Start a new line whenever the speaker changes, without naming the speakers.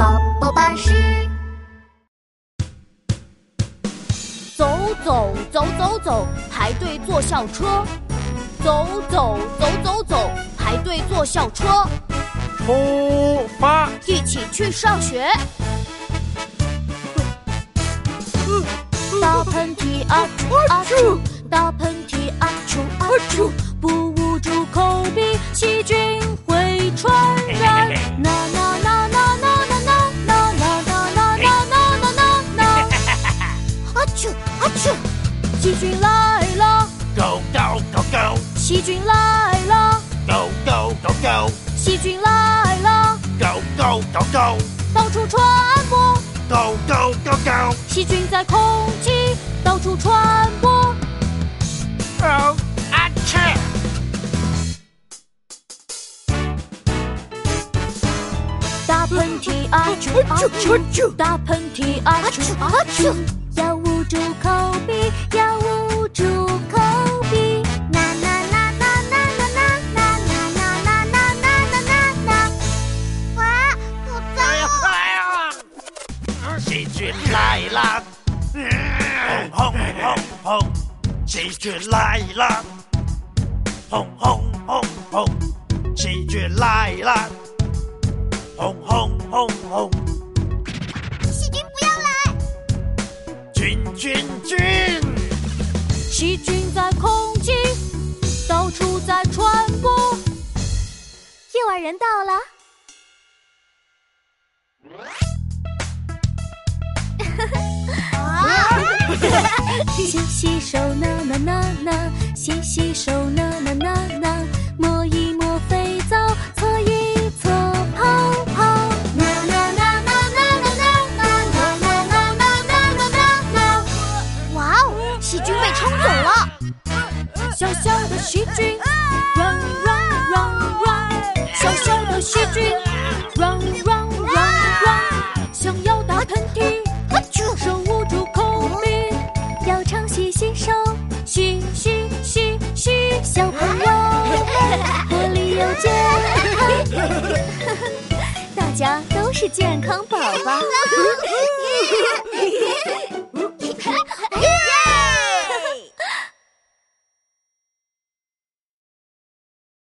老师，
走走走走走，排队坐校车。走走走走走，排队坐校车，
出发！
一起去上学。打喷嚏啊嚏啊嚏，打喷嚏啊嚏啊嚏，不捂住口鼻，细菌会传染。呐呐呐呐呐呐呐呐呐呐呐呐呐呐呐，啊啾啊啾，细菌来了，
Go go go go
细菌来了，
go go go go
细菌来了，
go go go go
到处传播，
go go go go。
细菌在空气到处传播。
哦，阿切！
打喷嚏啊啾啊啾，打喷嚏啊啾啊啾，要捂住口鼻，要捂住口鼻。
啦啦啦啦啦啦啦啦啦啦啦啦啦啦啦！哇，好脏
哎呀
哦！
哎呀！细菌来啦！嗯轰轰轰轰！细菌来啦！轰轰轰轰！细菌来啦！轰轰轰轰！
细菌不要来！
菌菌菌！
细菌在空气到处在传播。夜晚人到了，洗洗手呢呢呢呢，洗洗手呢呢呢呢，抹一抹肥皂，搓一搓泡泡。呐呐呐呐呐呐呐呐呐呐呐呐呐呐。
哇哦，细菌被冲走了！
小小的细菌，run run run run，小小的细菌，run run run run，想要打喷嚏，手捂住口鼻，要常洗洗手，洗洗洗洗，小朋友，玻璃有健康， 大家都是健康宝宝。